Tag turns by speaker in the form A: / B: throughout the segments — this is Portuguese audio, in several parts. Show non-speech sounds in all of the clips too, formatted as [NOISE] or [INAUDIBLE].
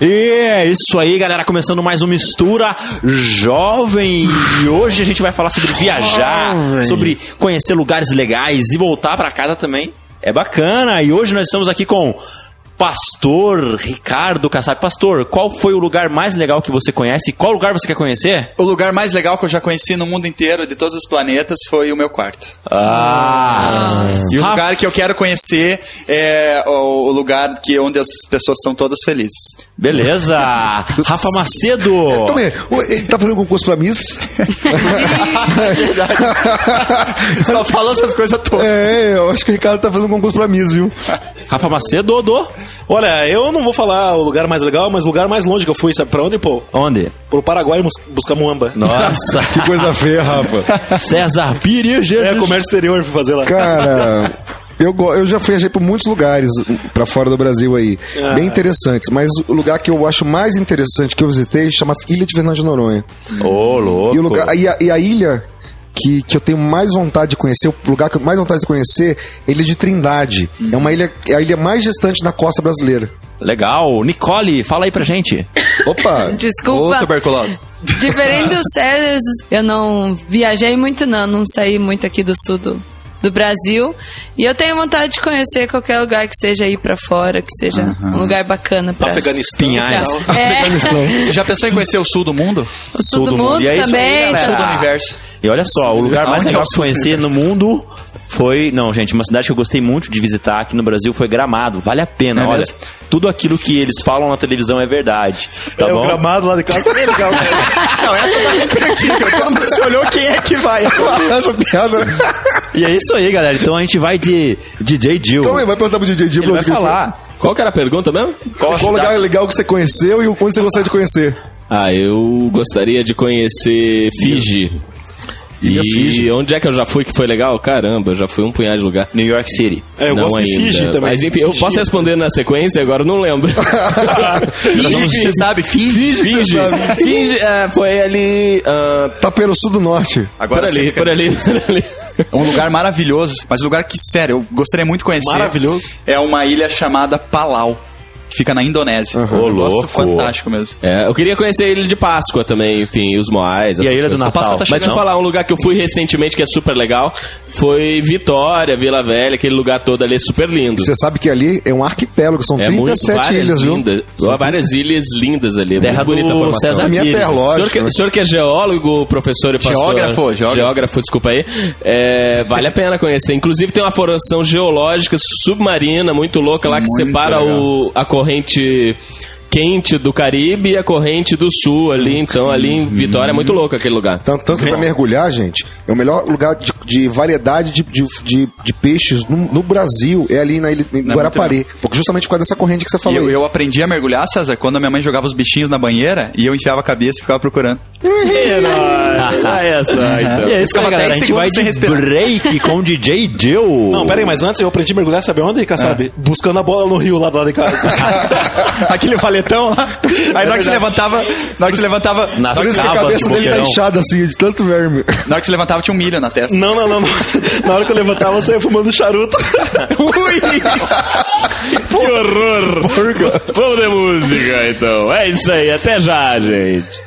A: E é isso aí, galera. Começando mais um Mistura Jovem. E hoje a gente vai falar sobre viajar,
B: Jovem.
A: sobre conhecer lugares legais e voltar pra casa também. É bacana. E hoje nós estamos aqui com Pastor Ricardo Kassab. Pastor, qual foi o lugar mais legal que você conhece? Qual lugar você quer conhecer?
C: O lugar mais legal que eu já conheci no mundo inteiro, de todos os planetas, foi o meu quarto.
A: Ah!
C: E o
A: Rafa-
C: lugar que eu quero conhecer é o, o lugar que onde as pessoas são todas felizes. [LAUGHS]
A: Beleza! Rafa Macedo!
D: Também, o- ele tá fazendo concurso pra [LAUGHS] Miss.
C: Só falo essas coisas todas.
D: É, eu acho que o Ricardo tá fazendo concurso pra Miss, viu?
A: Rafa Macedo, do?
B: Olha, eu não vou falar o lugar mais legal, mas o lugar mais longe que eu fui, sabe pra onde, pô?
A: Onde?
B: Pro Paraguai bus- buscar muamba.
A: Nossa!
B: [LAUGHS]
D: Que coisa feia, Rafa.
A: César Pires, Jesus.
B: É, comércio exterior fui fazer lá.
D: Cara, eu, go- eu já viajei por muitos lugares pra fora do Brasil aí. Bem interessantes. Mas o lugar que eu acho mais interessante que eu visitei chama Ilha de Fernando de Noronha.
A: Ô, louco.
D: E, o lugar, e, a, e a ilha que, que eu tenho mais vontade de conhecer, o lugar que eu mais vontade de conhecer, é a Ilha de Trindade. É uma ilha, é a ilha mais distante da costa brasileira.
A: Legal. Nicole, fala aí pra gente.
D: [LAUGHS] Opa!
C: Ô,
E: Desculpa.
C: tuberculose.
E: Diferente do César, eu não viajei muito, não. Não saí muito aqui do sul do, do Brasil. E eu tenho vontade de conhecer qualquer lugar que seja aí pra fora, que seja um lugar bacana pra.
B: Afeganistão.
A: Pinhais.
B: Não. [LAUGHS]
E: É,
B: né?
C: Você já pensou em conhecer o sul do mundo?
E: o sul do mundo
A: E é isso aí,
E: também.
A: galera.
C: O sul do
A: Ah.
C: universo.
A: E olha só, o lugar mais
C: Aonde
A: legal
C: é o
A: que eu conheci no mundo foi. Não, gente, uma cidade que eu gostei muito de visitar aqui no Brasil foi Gramado. Vale a pena,
C: É
A: olha.
C: mesmo?
A: Tudo aquilo que eles falam na televisão é verdade. Tá
B: é,
A: bom?
B: o gramado lá de casa também é legal.
C: [LAUGHS] Não, essa tá repetível.
B: [LAUGHS]
C: Quando você olhou, quem é que vai?
D: Essa piada.
A: E é isso aí, galera. Então a gente vai de DJ Jill.
D: Calma aí, vai perguntar pro DJ Dill
A: Ele vai
D: pra onde que ele foi.
A: falar.
F: Qual que era a pergunta mesmo?
A: Qual a
D: Qual
A: cidade-
D: lugar é legal que você conheceu e onde você gostaria de conhecer?
F: Ah, eu gostaria de conhecer Fiji. E onde é que eu já fui que foi legal? Caramba, eu já fui um punhado de lugar.
A: New York City.
B: É, eu
F: não
B: gosto de
F: ainda.
B: Fiji também.
F: Mas enfim, eu posso responder na sequência, agora eu não
B: [LAUGHS]
F: lembro.
C: Finge que você sabe, finge.
F: Fiji. Fiji é, foi ali. ah,
D: Tá pelo sul do norte.
F: por
C: Agora
F: ali,
C: sim.
F: por ali, [LAUGHS] por ali.
C: É um lugar maravilhoso, mas um lugar que, sério, eu gostaria muito de conhecer.
B: Maravilhoso.
C: É uma ilha chamada Palau, que fica na Indonésia.
D: Aham.
C: Um
A: Ô,
C: negócio
A: louco.
C: Fantástico mesmo.
F: É, eu queria conhecer a Ilha de Páscoa também, enfim, os Moais.
A: E a
F: essas
A: Ilha do
F: coisas.
A: Natal.
C: Páscoa tá
F: Mas deixa eu
A: Não?
F: falar um lugar que eu fui recentemente que é super legal. Foi Vitória, Vila Velha, aquele lugar todo ali é super lindo.
D: Você sabe que ali é um arquipélago, são
F: É muito
D: 37
F: várias
D: ilhas, viu?
F: lindas, ó, várias ilhas lindas ali. é
A: Terra
F: muito bonita a
A: do
F: formação.
A: César
D: A minha
A: Pires.
D: terra,
F: O senhor,
D: lógico.
F: que, o senhor que é geólogo, professor e pastor...
C: Geógrafo, geógrafo.
F: desculpa aí. É, vale a pena conhecer. Inclusive tem uma formação geológica submarina muito louca lá que
C: Muito
F: separa
C: legal.
F: o- a corrente quente do Caribe e a corrente do Sul ali. Então ali em Vitória é muito louco aquele lugar.
B: Tá.
D: Tanto, tanto que pra mergulhar, gente, é o melhor lugar de, de variedade de, de, de- de peixes no, no Brasil, é ali na ilha em
C: Não é
D: Guarapari.
C: muito
D: Porque justamente por causa dessa corrente que você
C: E
D: falou.
C: eu,
D: aí.
C: eu aprendi a mergulhar, César, quando a minha mãe jogava os bichinhos na banheira e eu enfiava a cabeça e ficava
A: [LAUGHS]
C: procurando.
A: E [LAUGHS] é isso aí,
C: Ficava
A: galera. A
C: 10
A: gente vai
C: segundos sem
A: de
C: respirar.
A: break com DJ Jill. É.
B: Não, pera aí, mas antes eu aprendi a mergulhar, sabe onde, Kassab? Buscando a bola no rio lá do lado de
A: [LAUGHS]
B: casa.
C: Aquele valetão lá. Aí na hora que você levantava. Na hora que você levantava. Na
A: É Nas
D: Por isso que a
A: tábuas de
D: cabeça dele tá
A: boqueirão.
D: inchada assim, de tanto verme.
C: hora que você levantava tinha um milho na testa.
B: não, não, não, não. Na hora que eu levantava, eu saía
A: [LAUGHS]
B: fumando charuto.
F: Que horror! Vamos de música, então. É isso aí, até já, gente.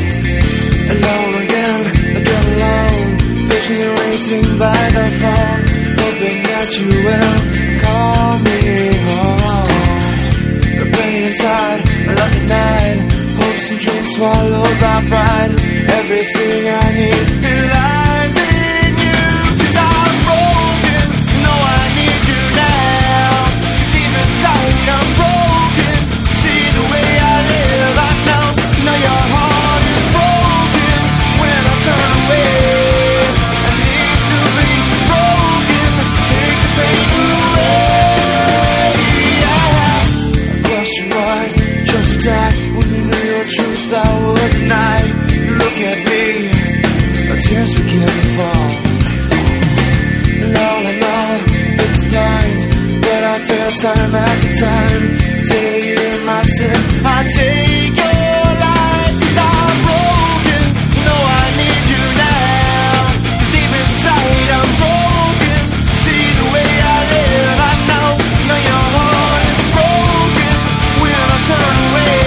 G: alone again, again alone. Patiently waiting by the phone, hoping that you will call me home. The pain inside, I love at night. Hopes and dreams swallowed by pride. Everything I need lies in you. Cause I'm broken, no I need you now. Deep inside, I'm broken. See the way I live, I know. Now your heart is broken when I turn away. I need to be broken. Take the pain away. Yeah question why chose to die when you knew your truth I would deny. You look at me, our tears begin time after time, day in my sin. I take your life 'cause I'm broken. No, I need you now. Deep inside, I'm broken. See the way I live. I know, know your heart is broken. Will I turn away?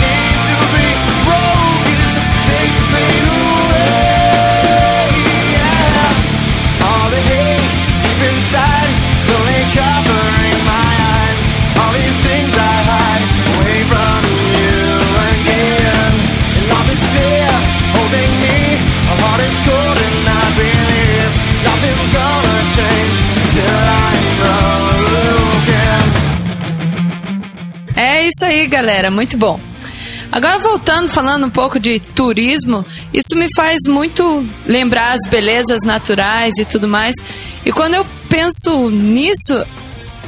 G: Need to be broken. Take the pain away. Yeah. All the hate deep inside, slowly covering my eyes. All these things I hide away from you again. And all this fear holding me, my heart is cold and I believe nothing's gonna change till I'm broken.
E: É isso aí, galera. Muito bom. Agora voltando, falando um pouco de turismo, isso me faz muito lembrar as belezas naturais e tudo mais. E quando eu penso nisso,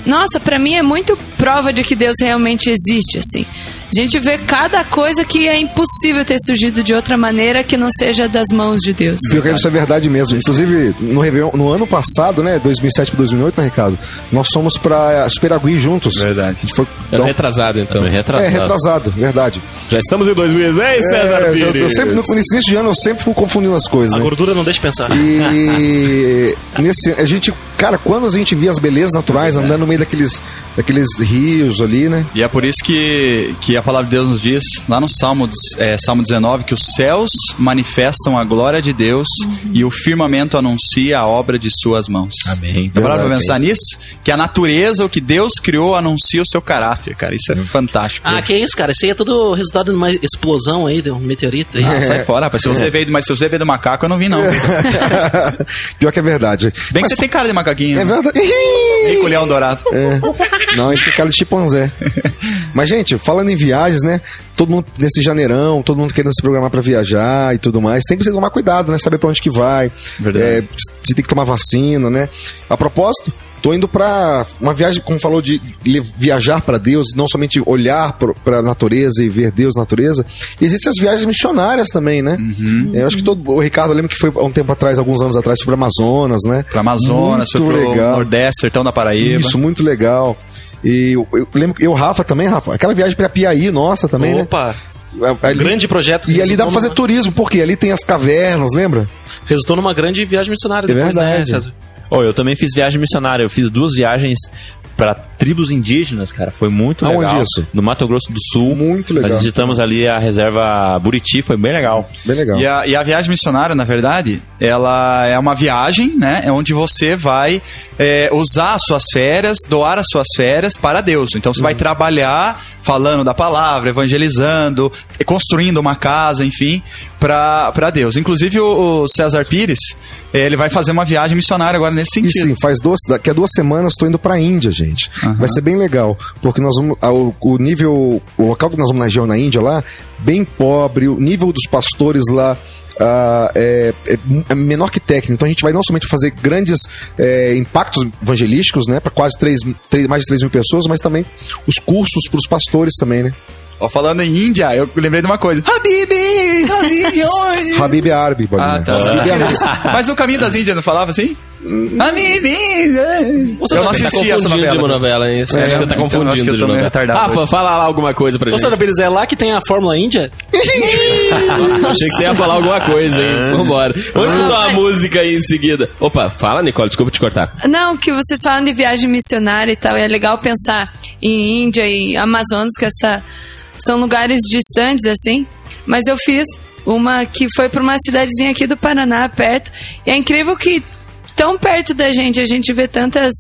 E: nossa, pra mim é muito prova de que Deus realmente existe, assim. A gente vê cada coisa que é impossível ter surgido de outra maneira que não seja das mãos de Deus.
D: Pior que isso é verdade mesmo. Inclusive, no, Réveillon- no ano passado, né? 2007 pra 2008, né, Ricardo? Nós fomos pra Superagui juntos.
F: Verdade.
D: A gente foi...
F: É
D: dar um-
F: retrasado, então.
D: É, retrasado, verdade.
F: Já estamos em 2010, César
D: É, eu,
F: Pires.
D: eu sempre, no início de ano, eu sempre fico confundindo as coisas,
B: A
D: né?
B: gordura não deixa pensar. [LAUGHS]
D: E nesse a gente, cara, quando a gente via as belezas
B: É.
D: naturais andando no meio daqueles daqueles rios ali, né? [LAUGHS]
C: E é por isso que, que a palavra de Deus nos diz, lá no Salmo, des- é, Salmo 19, que os céus manifestam a glória de Deus e o firmamento anuncia a obra de suas mãos. Amém. Já pararam pra
D: Verdade, é
C: pensar nisso? Que a natureza, o que Deus criou, anuncia o seu caráter, cara. Isso é
D: Uhum.
C: fantástico.
H: Ah, que isso, cara? Isso aí é tudo resultado de uma explosão aí, de um meteorito aí.
C: Ah, sai fora, rapaz. Se
D: É.
C: você veio, do- mas se você veio do macaco, eu não vi, não. Bem
D: Pior que é verdade.
C: que você tem cara de macaquinho.
D: É
C: né?
D: verdade. [LAUGHS]
C: Bem com o leão dourado.
D: É. Não, ele tem cara de chimpanzé. Mas, gente, falando em viagens, né? Todo mundo nesse janeirão, todo mundo querendo se programar pra viajar e tudo mais. Tem que tomar cuidado, né? Saber pra onde que vai.
C: Verdade.
D: É, se tem que tomar vacina, né? A propósito, tô indo pra uma viagem, como falou, de le- viajar pra Deus, não somente olhar pro- pra natureza e ver Deus na natureza. Existem as viagens missionárias também, né? É, Eu acho que todo, o Ricardo, eu lembro que foi há um tempo atrás, alguns anos atrás, sobre Amazonas, né?
C: Pra Amazonas, foi
D: Muito
C: pro
D: legal.
C: Nordeste, Sertão da Paraíba.
D: Isso, muito legal. E eu, eu lembro que eu, Rafa, também, Rafa, aquela viagem pra Piaí, nossa, também,
B: Opa,
D: né? Ali-
B: grande projeto. que
D: e ali dá pra
B: resultou
D: fazer
F: né?
D: turismo, porque ali tem as cavernas, lembra?
B: numa- Resultou numa grande viagem missionária.
D: É
B: depois, né,
D: verdade.
B: César?
A: Ó, eu também fiz viagem missionária. Eu fiz duas viagens pra tribos indígenas, cara. Foi muito
D: Aonde
A: legal.
D: isso?
A: No Mato Grosso do Sul.
D: Muito
A: Nós
D: legal.
A: visitamos ali a reserva Buriti, foi bem legal.
D: Bem legal.
C: E a, e a viagem missionária, na verdade, ela é uma viagem, né? É onde você vai é, usar as suas férias, doar as suas férias para Deus. Então você vai trabalhar falando da palavra, evangelizando, eh, construindo uma casa, enfim, para Deus. Inclusive o, o César Pires, eh, ele vai fazer uma viagem missionária agora nesse
D: E
C: sentido.
D: sim, faz duas, daqui a duas semanas estou indo pra Índia, gente.
C: Aham.
D: Vai ser bem legal, porque nós vamos, ah, o, o nível, o local que nós vamos na região na Índia lá, bem pobre, o nível dos pastores lá ah, é, é m- é menor que técnico. Então a gente vai não somente fazer grandes é, impactos evangelísticos, né, para quase três três- mais de 3 mil pessoas, mas também os cursos para os pastores também, né?
C: Ó, falando em Índia, eu lembrei de uma coisa. Habibi! Habibi! oi!
D: Habib Arbi,
C: Ah,
D: Bolinha.
F: né?
C: tá.
D: Habib
F: é
D: Arbi.
C: Mas o caminho das Índias não falava assim? Habibi! é.
F: Hum. Você
C: eu não
F: tá- tá
C: assisti essa
F: confundindo
C: novela.
F: de uma novela, hein? Acho que você tá
C: então, acho que eu
F: confundindo
C: tô
F: de
C: meio
F: novela.
C: retardado.
F: Rafa, fala lá alguma coisa pra
B: Ô,
F: gente.
B: Sandra Pires, é lá que tem a Fórmula Índia?
E: [LAUGHS]
F: Nossa, achei que você ia falar alguma coisa,
C: É.
F: hein? Vambora. Vamos escutar
E: Ah.
F: uma música aí em seguida. Opa, fala, Nicole, desculpa te cortar.
E: Não, que vocês falam de viagem missionária e tal, e é legal pensar em Índia e Amazonas, que essa são lugares distantes assim, mas eu fiz uma que foi para uma cidadezinha aqui do Paraná, perto, e é incrível que tão perto da gente a gente vê tantas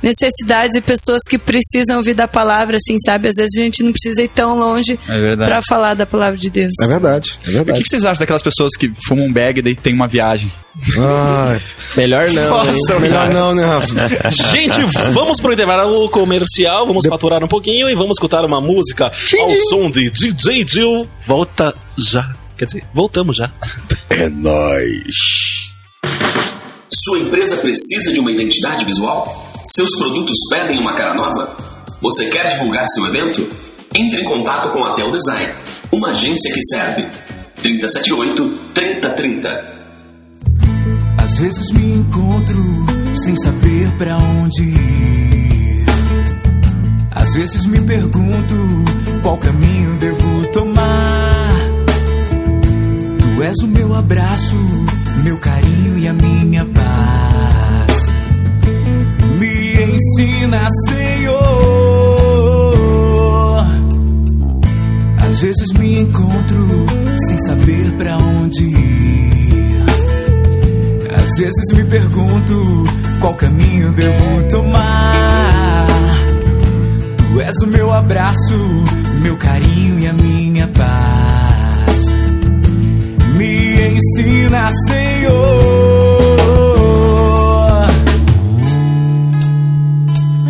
E: necessidades e pessoas que precisam ouvir da palavra, assim, sabe? Às vezes a gente não precisa ir tão longe
C: É verdade.
E: para falar da palavra de Deus.
D: É verdade,
C: O
D: é [LAUGHS]
C: que,
D: verdade.
C: que vocês acham daquelas pessoas que fumam um bag e daí tem uma viagem?
D: Ai,
F: Melhor não. hein?
D: melhor não, né, Rafa?
B: Gente, vamos pro intervalo comercial, vamos faturar um pouquinho e vamos escutar uma música ao som de DJ Jill. Volta já. Quer dizer, voltamos já.
I: Sua empresa precisa de uma identidade visual? Seus produtos pedem uma cara nova? Você quer divulgar seu evento? Entre em contato com a Tel Design, uma agência que serve. 378 3030
G: Às vezes me encontro sem saber pra onde ir. Às vezes me pergunto qual caminho devo tomar. Tu és o meu abraço, meu carinho e a minha paz. Me ensina, Senhor. Às vezes me encontro sem saber pra onde ir. Às vezes me pergunto qual caminho devo tomar. Tu és o meu abraço, meu carinho e a minha paz. Me ensina, Senhor,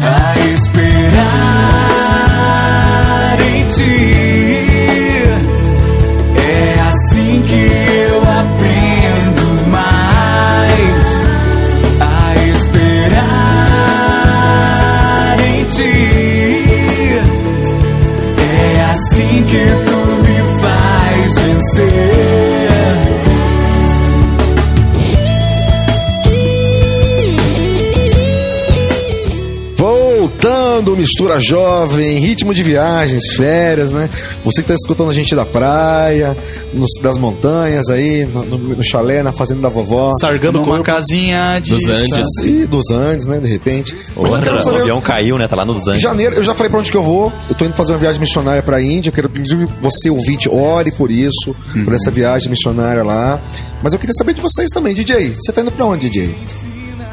G: a esperar em ti. É assim que eu aprendo mais a esperar em ti. É assim que tu me faz vencer.
D: Voltando, mistura jovem, ritmo de viagens, férias, né? Você que tá escutando a gente da praia, nos- das montanhas aí, no, no- no chalé, na fazenda da vovó.
B: Sargando
C: Numa
B: com
C: casinha de...
F: Dos Andes.
D: E dos Andes, né? De repente. Mas eu quero
A: Outra, o
D: saber-
A: avião caiu, né? Tá lá no dos Andes.
D: Janeiro, eu já falei pra onde que eu vou. Eu tô indo fazer uma viagem missionária pra Índia. Eu quero, inclusive, você ouvinte, ore por isso,
F: Uhum.
D: por essa viagem missionária lá. Mas eu queria saber de vocês também, DJ. Você tá indo pra onde, DJ?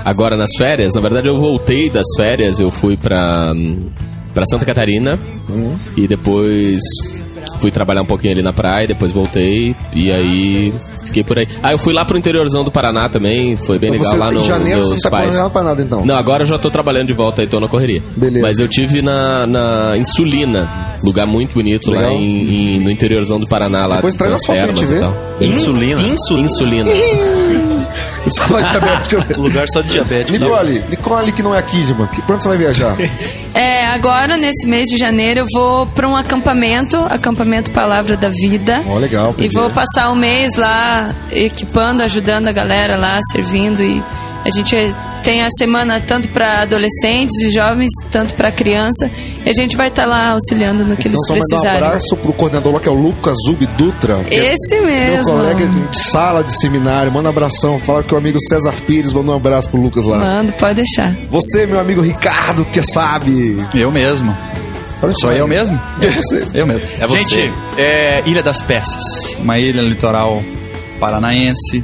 F: Agora nas férias, na verdade eu voltei das férias, eu fui pra, pra Santa Catarina
D: Uhum.
F: e depois fui trabalhar um pouquinho ali na praia, depois voltei e aí fiquei por aí. Ah, eu fui lá pro interiorzão do Paraná também, foi bem legal
D: Então você,
F: lá
D: em
F: no
D: janeiro você
F: meus
D: não tá
F: pais.
D: planejando pra nada, então.
F: Não, agora eu já tô trabalhando de volta aí, tô na correria.
D: Beleza.
F: Mas eu tive na, na Insulina, lugar muito bonito lá
D: Legal.
F: em, em- no interiorzão do Paraná, lá
D: Depois
F: com
D: traz
F: as
D: as fotos pra gente
F: termas e
D: ver.
F: tal.
A: Insulina.
F: Insulina.
D: [LAUGHS] Só vai diabético.
B: [LAUGHS] lugar só de diabético.
D: Nicole, Nicole que não é aqui, Kidman. Que- Pra onde você vai viajar?
E: [LAUGHS] É, agora, nesse mês de janeiro, eu vou pra um acampamento, acampamento Palavra da Vida.
D: Ó, legal,
E: E
D: podia.
E: vou passar um mês lá, equipando, ajudando a galera lá, servindo. E a gente tem a semana tanto pra adolescentes e jovens, tanto pra criança. E a gente vai estar lá auxiliando no que
D: então
E: eles
D: só mandar um
E: precisarem.
D: abraço pro coordenador lá, que é o Lucas Zubi Dutra. que é
E: Esse
D: Meu
E: mesmo.
D: colega é de sala de seminário, manda um abração. Fala que o amigo César Pires mandou um abraço pro Lucas lá.
E: Mando, pode deixar.
D: Você, meu amigo Ricardo, que sabe.
C: Eu mesmo. Sou eu mesmo?
D: [LAUGHS] Você.
C: Eu mesmo.
F: É você.
C: Gente, é Ilha das Peças. Uma ilha no litoral paranaense.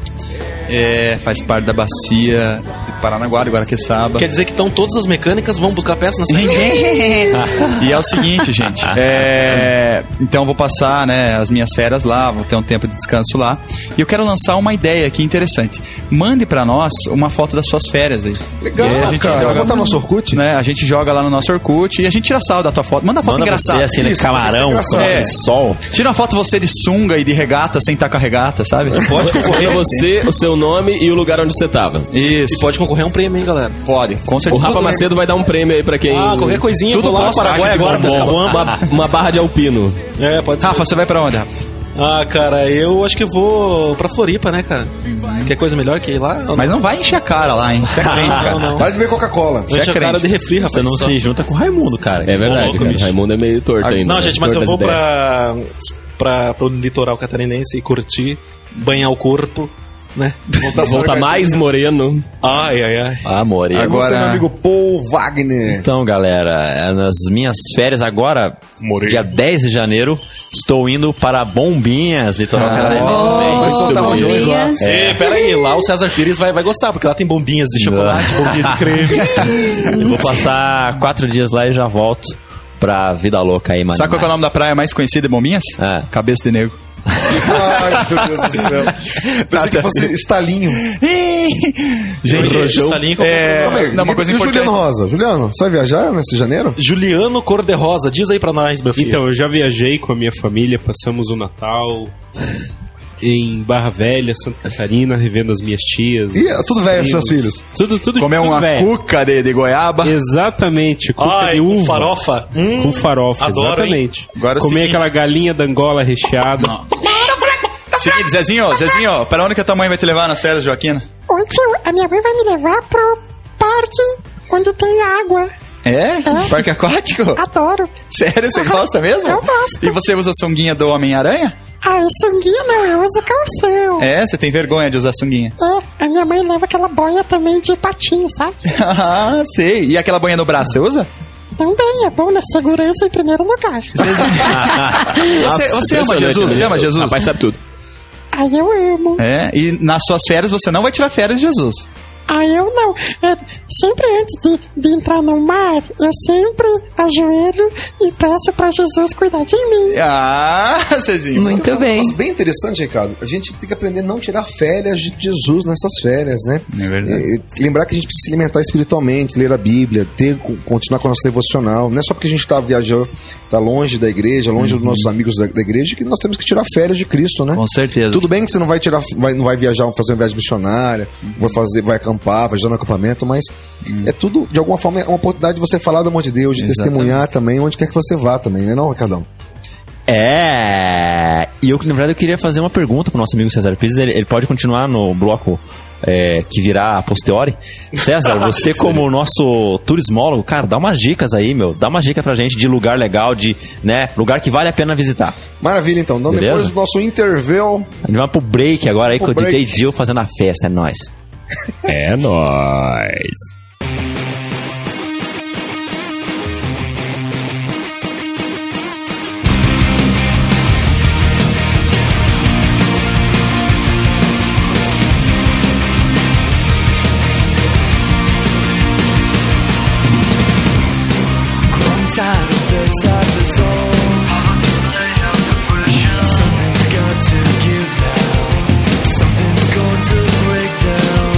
C: É, faz parte da bacia de Paranaguá, de Guaraqueçaba.
B: Quer dizer que então todas as mecânicas vão buscar peças
F: [LAUGHS]
B: nessa
C: [LAUGHS] e é o seguinte, gente. é, então vou passar né, as minhas férias lá, vou ter um tempo de descanso lá. E eu quero lançar uma ideia aqui interessante. Mande pra nós uma foto das suas férias aí.
D: Legal,
C: E aí a gente
D: cara.
C: joga-
D: Vamos botar nosso Orkut?
C: Né, a gente joga lá no nosso Orkut e a gente tira saldo da tua foto. Manda foto
A: Manda
C: engraçada.
A: você assim, né?
D: Isso,
A: camarão,
D: isso é engraçado.
A: tomando
C: É.
A: sol.
C: Tira uma foto você de sunga e de regata sem estar com a regata, sabe?
F: Pode concorrer você, o seu nome e o lugar onde você tava.
C: Isso.
B: E pode concorrer a um prêmio, hein, galera?
C: Pode, com
F: O
C: certeza.
F: Rafa Macedo vai dar um prêmio aí pra quem.
B: Ah, qualquer coisinha,
C: Tudo
B: vou lá no
C: posso,
B: Paraguai
C: acho de
B: agora,
C: bombom.
B: Pescabuamba.
D: [LAUGHS]
F: Uma, uma barra de alpino.
B: É, pode ser.
C: Rafa, você vai pra onde, Rafa?
B: Ah, cara, eu acho que eu vou pra Floripa, né, cara? Quer coisa melhor que ir lá?
A: é
B: Ou
C: Mas não vai encher a cara lá, hein?
A: [LAUGHS]
C: Você é crente, cara.
B: não, não.
D: Para de beber Coca-Cola.
B: Enche
C: é
B: a cara
C: crente.
B: de refri, rapaz.
A: Você não
B: só.
A: se junta com o Raimundo, cara.
F: É verdade,
B: louco,
F: cara.
B: bicho.
F: Raimundo é meio torto ainda.
B: Ah, Não,
F: né?
B: gente, mas
F: Torto
B: eu
F: as
B: vou
F: ideias.
B: pra, pra, pro litoral catarinense e curtir, banhar o corpo, né?
D: Voltar
F: Volta Tá mais moreno.
B: [LAUGHS] Ai, ai, ai.
A: Ah, moreno.
D: Agora... Você,
C: Agora-
D: meu amigo
C: [LAUGHS]
D: Paul Wagner.
A: Então, galera, é nas minhas férias agora, dia 10 de janeiro, estou indo para Bombinhas, litoral catarinense também.
D: Nós soltávamos
A: bom.
D: dois um lá. É.
A: É.
B: Ei, peraí, lá o César Pires vai, vai gostar, porque lá tem bombinhas de chocolate, bombinha de
A: [LAUGHS]
B: creme.
A: Eu vou passar quatro dias lá e já volto pra vida louca aí, mano.
C: Sabe qual que é o nome da praia mais conhecida de Bombinhas?
A: É.
C: Cabeça de Negro.
D: Ai, meu Deus do céu. [LAUGHS] Pensei que fosse Estalinho.
C: Gente,
B: Rojão. Estalinho com-
C: é...
D: Calma aí,
C: Não, uma coisa
D: e o
C: importante.
D: Juliano Rosa? Juliano, você vai viajar nesse janeiro?
B: Juliano Cor-de-Rosa, diz aí pra nós, meu filho.
J: Então, eu já viajei com a minha família, passamos o Natal em Barra Velha, Santa Catarina, revendo as minhas tias.
D: Ih, é tudo velho, seus
J: primos.
D: filhos.
J: Tudo, tudo
C: Comer
J: tudo
C: uma
J: velho.
C: cuca de, de [LAUGHS] goiaba.
J: Exatamente, cuca
B: Ai,
J: de
B: com
J: uva.
B: farofa. Hum,
J: Com farofa,
B: Adoro,
J: exatamente.
C: Agora é o
J: Comer
C: seguinte.
J: aquela galinha da Angola recheada.
C: Seguinte, Zezinho, Zezinho, pra onde que a tua mãe vai te levar nas férias,
K: Um
C: Joaquina?
K: Onde eu- a minha mãe vai me levar pro parque onde tem água.
C: É? Parque aquático?
K: [LAUGHS] Adoro.
C: Ah. Sério, você gosta mesmo?
K: Eu gosto.
C: E você usa a sunguinha do Homem-Aranha?
K: Ai, Ah, sunguinha não, eu uso calção.
C: É, você tem vergonha de usar sunguinha. [LAUGHS]
K: É, a minha mãe leva aquela boia também de patinho, sabe?
C: ah, sei. E aquela banha no braço, você usa?
K: Também é bom na segurança em primeiro lugar.
C: Você, você ama
F: impressionante,
C: Jesus?
F: né?
C: Você ama Jesus?
F: Rapaz, sabe tudo.
K: Ai, eu amo.
C: É, e nas suas férias você não vai tirar férias de Jesus.
K: Ai, eu não. É, sempre antes de, de entrar no mar, eu sempre ajoelho e peço pra Jesus cuidar de mim.
C: Ah, Cezinho.
E: Muito bem. [LAUGHS]
D: Mas bem interessante, Ricardo. A gente tem que aprender a não tirar férias de Jesus nessas férias, né?
C: É verdade.
D: E- e lembrar que a gente precisa se alimentar espiritualmente, ler a Bíblia, ter, co- continuar com a nossa devocional. Não é só porque a gente está viajando, está longe da igreja,
C: Uhum.
D: longe dos nossos amigos da, da igreja, que nós temos que tirar férias de Cristo, né?
C: Com certeza.
D: Tudo bem que você não vai tirar, vai- não vai viajar, fazer uma viagem missionária, vai fazer, vai acampar, vai ajudar no acampamento, mas é tudo, de alguma forma, é uma oportunidade de você falar do amor de Deus, de
C: Exatamente.
D: testemunhar também, onde quer que você vá também, né, não, Ricardão?
A: É. E eu, na verdade, eu queria fazer uma pergunta pro nosso amigo César Pires. Ele, ele pode continuar no bloco é, que virá a posteriori. [LAUGHS] César, você como nosso turismólogo, cara, dá umas dicas aí, meu. Dá uma dica pra gente de lugar legal, de, né, lugar que vale a pena visitar.
D: Maravilha, então. Então,
A: Beleza.
D: depois do nosso intervalo,
A: A gente vai pro break agora aí
D: Pro
A: com o DJ
D: break.
A: Jill fazendo a festa, é nóis.
F: É nóis.
G: I'm tired of the type of zone. Something's got to give out. Something's going to break down.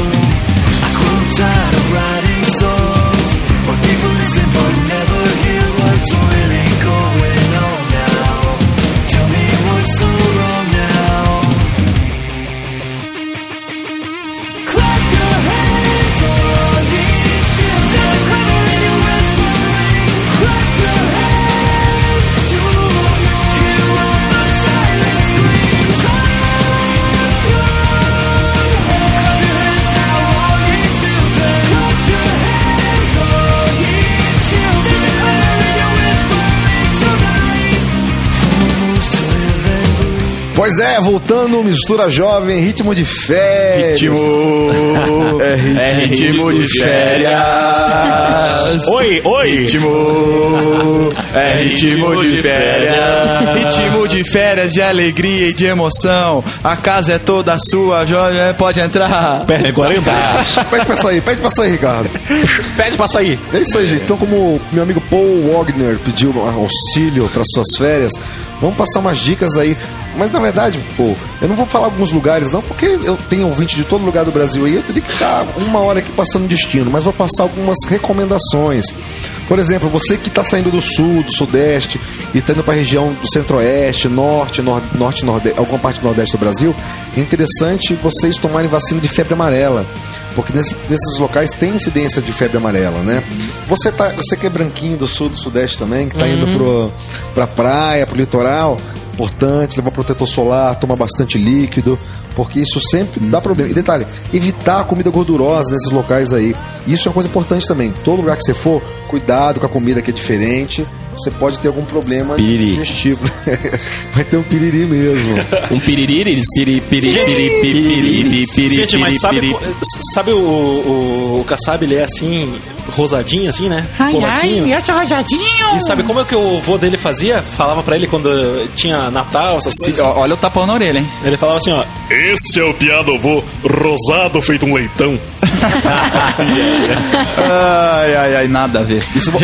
G: I grew tired of writing songs. While people listen but never hear what's really going on now. Tell me what's so wrong now. Clap your hands all these children covering your Clap your hands to hear all the silent screams. Clap your hands now, all ye children. Clap your hands, all ye children. Declaring your whispering tonight. Foremost to heaven.
D: Pois é, voltando, mistura jovem, ritmo de férias.
C: Ritmo. É ritmo, de férias.
B: Oi, oi!
C: Ritmo. É ritmo de férias. Ritmo de férias, de alegria e de emoção. A casa é toda sua, Jorge, é, pode entrar.
B: Perde 40?
D: Pede pra sair, pede pra sair, Ricardo.
C: Pede pra sair.
D: É isso aí, gente. Então, como meu amigo Paul Wagner pediu auxílio para suas férias, vamos passar umas dicas aí. Mas na verdade, Paul, eu não vou falar alguns lugares, não, porque eu tenho ouvinte de todo lugar do Brasil aí, eu teria que ficar uma hora aqui passando destino, mas vou passar algumas recomendações. Por exemplo, você que está saindo do sul, do sudeste, e está indo para a região do centro-oeste, norte, nor- norte, nordeste, alguma parte do nordeste do Brasil, é interessante vocês tomarem vacina de febre amarela porque nesse- nesses locais tem incidência de febre amarela, né? Você tá, você que é branquinho do sul, do sudeste também, que tá indo pro, pra praia, pro litoral, importante levar protetor solar, tomar bastante líquido, porque isso sempre dá problema. E detalhe, evitar a comida gordurosa nesses locais aí. Isso é uma coisa importante também. Todo lugar que você for, cuidado com a comida que é diferente. Você pode ter algum problema
A: Piriri.
D: digestivo. [LAUGHS] Vai ter um piriri mesmo.
F: Um piririris.
H: Gente, mas sabe, co- sabe o, o, o Kassab, ele é assim, rosadinho assim, né?
K: Ai,
H: Coladinho.
K: ai, eu sou rojadinho.
H: E sabe como é que o avô dele fazia? Falava pra ele quando tinha Natal, essas
C: Se-
H: coisas.
C: ó, olha o tapão na orelha, hein?
H: Ele falava assim, ó.
B: Esse é o piadovô rosado feito um leitão.
C: Ai, ai, ai, nada a ver.
D: Isso, ó,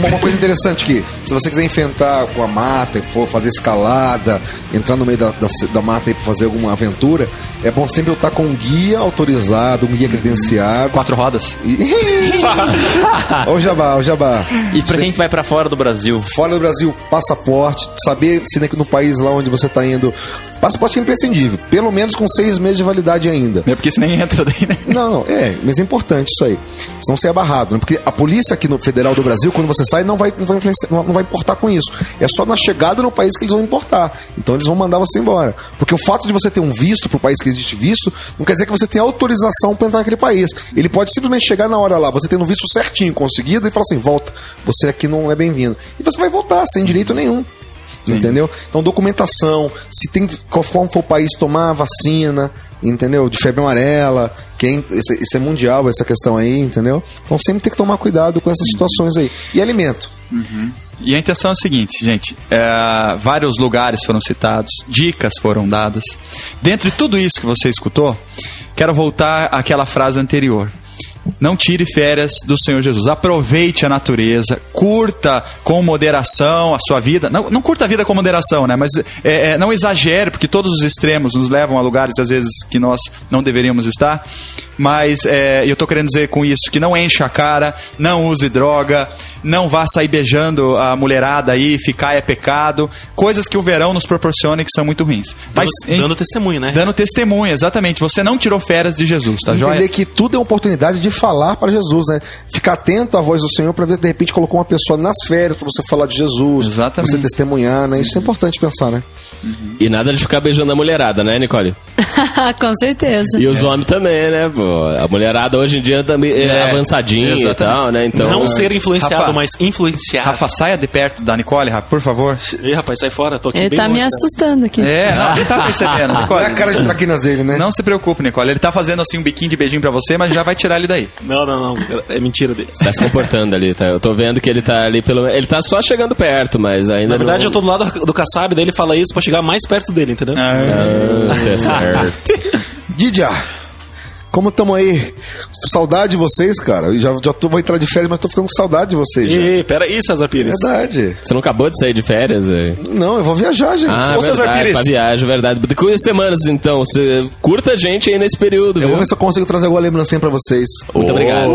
D: uma- uma coisa interessante que se você quiser enfrentar com a mata, for fazer escalada, entrar no meio da, da, da mata e fazer alguma aventura, é bom sempre estar com um guia autorizado, um guia credenciado.
C: Quatro rodas.
D: [LAUGHS] Olha o jabá, olha o jabá.
A: E pra quem que vai pra fora do Brasil?
D: Fora do Brasil, passaporte, saber se no país lá onde você está indo Passaporte é imprescindível, pelo menos com seis meses de validade ainda.
C: É porque isso nem entra daí, né?
D: Não, não, é, mas é importante isso aí. Senão você é barrado, né? Porque a polícia aqui no Federal do Brasil, quando você sai, não vai, não vai, influenciar- não vai importar com isso. É só na chegada no país que eles vão importar. Então eles vão mandar você embora. Porque o fato de você ter um visto pro país que existe visto, não quer dizer que você tem autorização para entrar naquele país. Ele pode simplesmente chegar na hora lá, você tendo um visto certinho, conseguido, e falar assim: volta, você aqui não é bem-vindo. E você vai voltar sem direito nenhum. Entendeu? Então, documentação, se tem qual forma for o país tomar a vacina, entendeu? De febre amarela, quem, isso, isso é mundial, essa questão aí, entendeu? Então, sempre tem que tomar cuidado com essas situações aí. E alimento.
C: E a intenção é a seguinte, gente. é, vários lugares foram citados, dicas foram dadas. Dentro de tudo isso que você escutou, quero voltar àquela frase anterior. Não tire férias do Senhor Jesus. Aproveite a natureza, curta com moderação a sua vida. Não, não curta a vida com moderação, né? Mas é, é, não exagere, porque todos os extremos nos levam a lugares, às vezes, que nós não deveríamos estar. Mas é, eu tô querendo dizer com isso que não encha a cara, não use droga, não vá sair beijando a mulherada aí, ficar é pecado. Coisas que o verão nos proporciona e que são muito ruins. Mas,
B: dando,
C: em-
B: dando testemunho, né?
C: dando testemunho, exatamente. Você não tirou férias de Jesus, tá
D: Entender
C: joia?
D: que tudo é oportunidade de falar para Jesus, né? Ficar atento à voz do Senhor para ver se de repente colocou uma pessoa nas férias para você falar de Jesus, pra
C: Exatamente.
D: você testemunhar, né? Isso é importante pensar, né?
F: E nada de ficar beijando a mulherada, né, Nicole?
E: Com certeza.
F: E os homens também, né, pô? A mulherada hoje em dia também é,
C: É,
F: avançadinha e
C: exatamente.
F: tal, né? Então,
H: é.
B: não ser influenciado,
C: Rafa.
B: mas influenciado.
C: Rafa, saia de perto da Nicole, Rafa, por favor.
B: Ei, rapaz, sai fora, tô aqui
E: Ele
B: bem
E: tá
B: longe
E: me
B: da-
E: assustando aqui.
D: [LAUGHS]
C: É, não, ele tá percebendo,
D: Qual é a
C: Nicole.
D: cara de traquinas dele, né?
C: Não se preocupe, Nicole. Ele tá fazendo assim um biquinho de beijinho pra você, mas já vai tirar ele daí.
B: Não, não, não, é mentira dele.
F: tá se comportando ali, tá? Eu tô vendo que ele tá ali pelo Ele tá só chegando perto, mas ainda
B: Na verdade,
F: não...
B: eu tô do lado do Kassab, daí ele fala isso pra chegar mais perto dele, entendeu?
F: Ah, tá certo.
D: Didia, como tamo aí? Saudade de vocês, cara. Eu Já, já tô, vou entrar de férias, mas tô ficando com saudade de vocês. já.
B: Ei, peraí, César Pires.
D: Verdade.
F: Você não acabou de sair de férias, velho?
D: Não, eu vou viajar, gente.
F: Ah,
D: Ou seja,
F: verdade,
B: Pires.
F: pra viagem, verdade. Com as semanas, então. Você curta a gente aí nesse período,
D: eu
F: viu?
D: vou ver se eu consigo trazer alguma lembrancinha pra vocês.
F: Muito obrigado.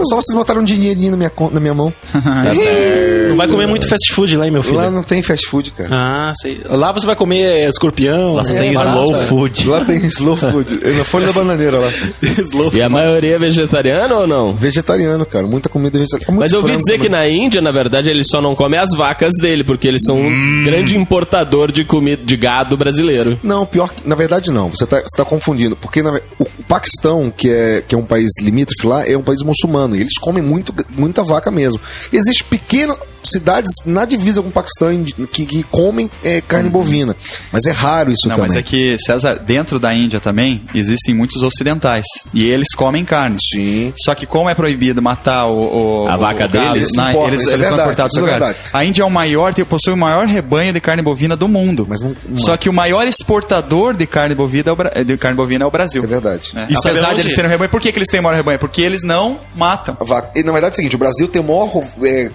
D: É Só vocês botaram um dinheirinho na minha, con- na minha mão.
F: Tá certo.
B: Não vai comer muito fast food lá, hein, meu filho?
D: Lá não tem fast food, cara.
B: Ah, sei. Lá você vai comer escorpião. Lá
D: É barato, cara. Lá
F: [LAUGHS]
D: tem slow food. É Na folha da bananeira lá.
B: Slow.
F: E a maioria é vegetariana ou não?
D: Vegetariano, cara. Muita comida vegetariana. Tá
F: Mas eu ouvi
D: vi
F: dizer que na Índia, na verdade, ele só não come as vacas dele, porque eles são um grande importador de comida de gado brasileiro.
D: Não, pior que. Na verdade, não. Você está confundindo. Porque na ve- o o Paquistão, que é, que é um país limítrofe lá, é um país muçulmano. E eles comem muito, muita vaca mesmo. Existem pequenas cidades na divisa com o Paquistão indi- que, que comem é, carne
F: Uhum.
D: bovina. Mas é raro isso
C: Não,
D: também.
C: mas é que, César, dentro da Índia também existem muitos ocidentais. E eles comem carne.
D: Sim.
C: Só que como é proibido matar o, o-
F: A
C: o-
F: vaca
C: o gado,
F: deles?
C: na-
D: Isso importa,
C: eles,
D: isso é
C: eles são
D: verdade,
C: cortados
D: isso é
C: lugar.
D: verdade.
C: A Índia é o maior, tem- possui o maior rebanho de carne bovina do mundo.
D: Mas não- não
C: Só
D: é.
C: que o maior exportador de carne bovina é o, Bra- de carne bovina é o Brasil.
D: É verdade.
C: É.
B: E sabe
C: Apesar de
B: onde?
C: eles terem um rebanho, por que, que eles têm o maior rebanho? Porque eles não matam.
D: A vaca- E, na verdade é o seguinte: o Brasil tem o maior ro- é,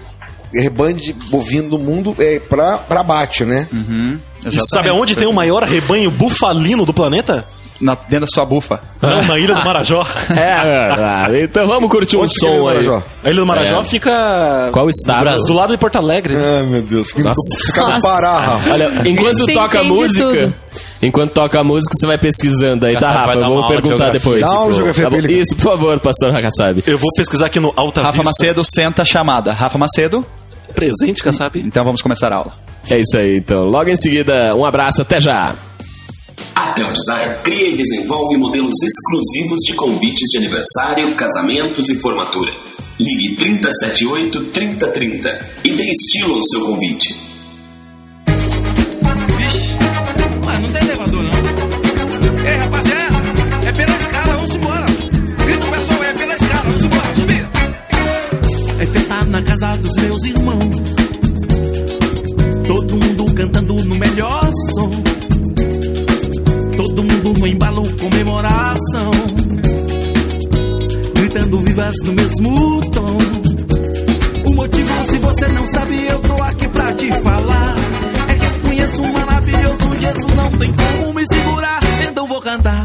D: rebanho de bovino do mundo é, pra, pra abate, né?
B: E sabe aonde tem o maior rebanho bufalino do planeta?
C: Na- dentro da sua bufa.
B: Não, na Ilha do Marajó.
F: É, verdade. então vamos curtir um
D: Onde fica
F: som
D: ele,
F: aí.
D: Marajó?
B: A Ilha do Marajó
F: É.
B: fica.
F: Qual estado?
B: Do lado de Porto Alegre.
D: Ah, meu Deus. Fica
F: Nossa.
D: no Pará, Rafa.
F: Olha, enquanto
E: Sim,
F: toca a
E: entende
F: música,
E: tudo.
F: enquanto toca a música, você vai pesquisando aí, tá,
J: Kassab vai
F: Rafa?
J: dar
F: Eu
J: uma
F: vou
J: aula de
F: perguntar
J: geografia.
F: depois.
D: Dá aula de geografia
F: Tá bom?
D: pra ele, cara.
F: Isso, por favor, pastor Hakassab.
B: Eu vou pesquisar aqui no Alta
C: Rafa
B: Vista.
C: Macedo senta a chamada. Rafa Macedo,
B: Presente, Kassab.
C: então vamos começar a aula.
F: É isso aí, então. Logo em seguida, um abraço, até já.
I: A Tel Design cria e desenvolve modelos exclusivos de convites de aniversário, casamentos e formatura. Ligue 378 3030 e dê estilo ao seu convite.
G: Mas não tem elevador, não. Ei, rapaziada, é pela escala, vamos embora. Grita o pessoal, é pela escala, vamos embora, subir. É festa na casa dos meus irmãos. Todo mundo cantando no melhor som. Todo mundo no embalo, comemoração. Gritando vivas no mesmo tom. O motivo, se você não sabe, eu tô aqui pra te falar. É que eu conheço um maravilhoso Jesus, não tem como me segurar, então vou cantar.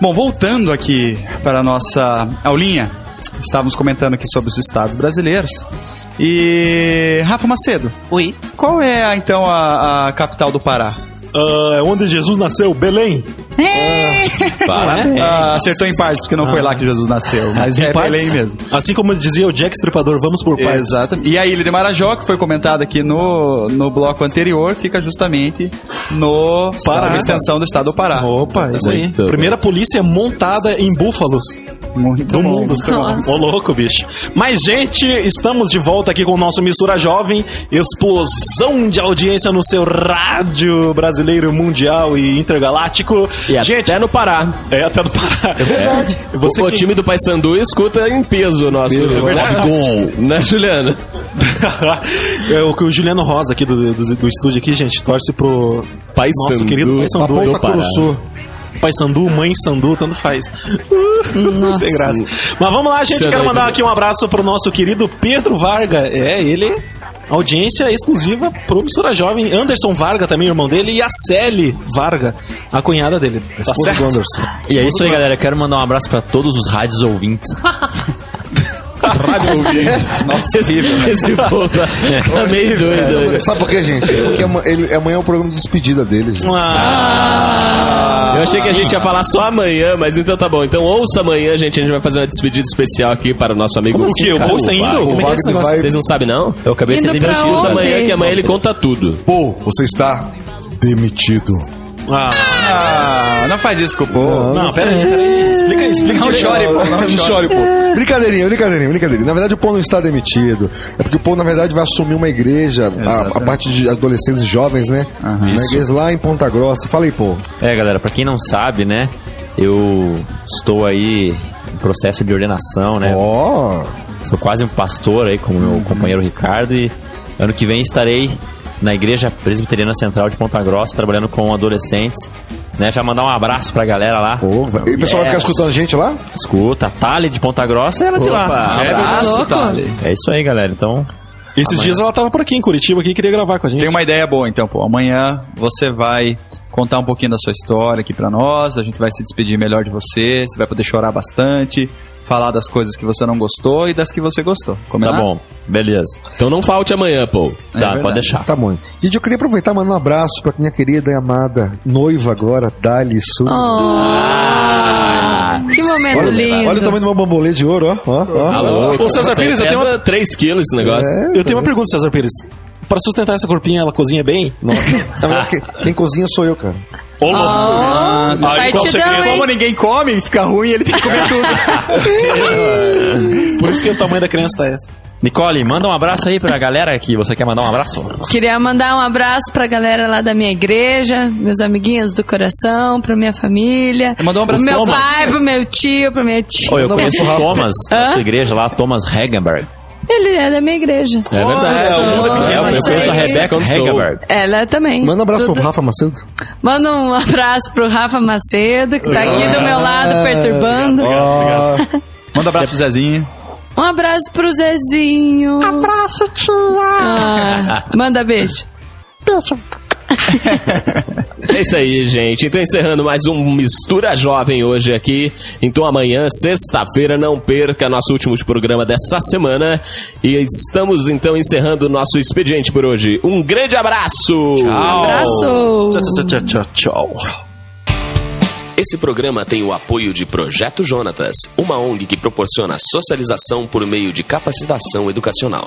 C: Bom, voltando aqui para a nossa aulinha. Estávamos comentando aqui sobre os estados brasileiros. E. Rafa Macedo. Oi. Qual é, a, então, a, a capital do Pará?
B: Ah, é onde Jesus nasceu, Belém.
G: É.
A: Parabéns.
C: Ah, acertou em partes, porque não foi lá que Jesus nasceu, mas
B: É. Ah. Em
C: é
B: partes.
C: Belém mesmo.
B: Assim como dizia o Jack Estripador, vamos por partes.
C: Exatamente. E a Ilha de Marajó, que foi comentado aqui no, no bloco anterior, fica justamente no
B: Pará.
C: uma extensão do estado do Pará.
B: Opa, isso aí.
F: Muito bom.
B: Primeira polícia montada em búfalos
C: Muito
B: do
C: bom.
B: mundo.
E: Nossa.
B: Ô louco, bicho. Mas, gente, estamos de volta aqui com o nosso Mistura Jovem. Explosão de audiência no seu rádio brasileiro, mundial e intergaláctico.
F: E até
B: gente,
F: no Pará.
B: é até no Pará. É verdade. Você
F: o, o
B: que-
F: time do Paysandu escuta em peso o nosso.
A: Gol.
F: Né, Juliana?
B: [LAUGHS] é o que o Juliano Rosa aqui do, do, do estúdio aqui, gente, torce pro
F: Paysandu.
B: nosso
D: Da
B: querido Paysandu.
D: ponta
F: Pará.
D: cruzou.
B: Pai Sandu, mãe Sandu, tanto faz. [LAUGHS] Sem graça. Mas vamos lá, gente.
F: Isso é
B: Quero
F: doido,
B: mandar
F: né?
B: aqui um abraço pro nosso querido Pedro Varga. É, ele. Audiência exclusiva pro Missura Jovem. Anderson Varga também, irmão dele. E a Sally Varga, a cunhada dele. Tá
D: Esposa do
B: certo?
D: Anderson.
A: E é isso aí, galera. Quero mandar um abraço pra todos os rádios ouvintes.
F: Rádio ouvindo. Nossa, esse, esse povo tá tá meio doido.
D: Sabe por quê, gente? Porque ama- ele- amanhã é o programa de despedida dele, gente.
B: Ah,
F: Eu achei que a gente ia falar só amanhã, mas então tá bom. Então ouça amanhã, gente. A gente vai fazer uma despedida especial aqui para o nosso amigo.
B: Como que? O
F: Cara,
B: post ainda?
F: Wagner.
B: Como é que é esse
D: Wagner
B: negócio?
D: vai-
F: Vocês não sabem, não?
A: Eu acabei de ser
E: Indo pra
A: demitido
E: onde?
A: também.
F: Amanhã, que é amanhã ele conta tudo.
D: Pô, você está demitido.
B: Ah,
C: Ah, não faz isso, Cupom.
B: não, pera aí, pera aí. Explica, explica.
C: Não
B: direito. [LAUGHS]
C: chore, pô.
D: Não chore, pô. Brincadeirinha, brincadeirinha, brincadeirinha. Na verdade, o Paul não está demitido. É porque o Paul, na verdade, vai assumir uma igreja, a, a parte de adolescentes e jovens, né? Uma igreja lá em Ponta Grossa. Fala aí, Paul.
A: É, galera, pra quem não sabe, né? Eu estou aí em processo de ordenação, né?
D: Ó,
A: Sou quase um pastor aí com o meu companheiro Ricardo e ano que vem estarei na Igreja Presbiteriana Central de Ponta Grossa trabalhando com adolescentes. Né, já mandar um abraço pra galera lá.
D: pô. E o pessoal vai ficar
A: Yes.
D: escutando a gente lá?
A: Escuta, a Thalia de Ponta Grossa é ela de lá.
F: Opa,
A: Um abraço.
C: Abraço, tá.
A: É isso aí, galera. Então,
B: Esses dias ela tava por aqui em Curitiba aqui, queria gravar com a gente.
C: Tem uma ideia boa, então, pô. Amanhã você vai contar um pouquinho da sua história aqui pra nós. A gente vai se despedir melhor de você. Você vai poder chorar bastante, falar das coisas que você não gostou e das que você gostou. Combinado?
A: tá bom. Beleza.
F: Então não falte amanhã, pô.
C: É
A: tá,
C: verdade.
A: pode deixar.
D: Tá bom. Gente, eu queria aproveitar e mandar um abraço pra minha querida e amada noiva agora, Dali Sul.
E: Oh, que momento
D: olha,
E: lindo.
D: olha o tamanho de uma bambolê de ouro, ó. ó, ó.
B: Ô, César Pires, eu
F: pesa
B: tenho uma- É.
F: 3 quilos esse negócio.
B: Eu tenho uma pergunta, César Pires. Pra sustentar essa corpinha, ela cozinha bem?
D: Nossa, na verdade, quem- quem cozinha sou eu, cara.
B: Ô, louco.
D: né?
E: Ah,
B: Aí, qual o segredo?
E: partidão, hein?
C: Como ninguém come, fica ruim, ele tem que comer tudo.
B: Por isso que o tamanho da criança tá essa.
A: Nicole, manda um abraço aí pra galera que você quer mandar um abraço.
E: Queria mandar um abraço pra galera lá da minha igreja, meus amiguinhos do coração, pra minha família.
C: Mandou um abraço,
E: pro meu
C: Thomas.
E: pai, pro meu tio, pra minha tia.
A: Ô, eu conheço o Thomas, da
E: Hã?
A: sua igreja lá, Thomas Hegenberg.
E: Ele é da minha igreja.
F: É verdade.
E: o mundo é pequeno.
F: eu conheço a Rebeca
A: Rebeca
F: Hegaberg.
A: Hegenberg.
E: É, Ela também.
D: Manda um abraço
E: Tudo-
D: pro Rafa Macedo.
E: Manda um abraço pro Rafa Macedo, que tá aqui do meu lado, perturbando.
D: Ah. Ó,
C: Manda um abraço pro Zezinho.
E: Um abraço pro Zezinho.
K: Abraço, tia.
E: Ah, manda beijo.
K: Beijo.
F: É isso aí, gente. Então encerrando mais um Mistura Jovem hoje aqui. Então amanhã, sexta-feira, não perca nosso último programa dessa semana. E estamos então encerrando o nosso expediente por hoje. Um grande abraço!
E: Abraço.
F: Tchau! Esse programa tem o apoio de Projeto Jonatas, uma ONG que proporciona socialização por meio de capacitação educacional.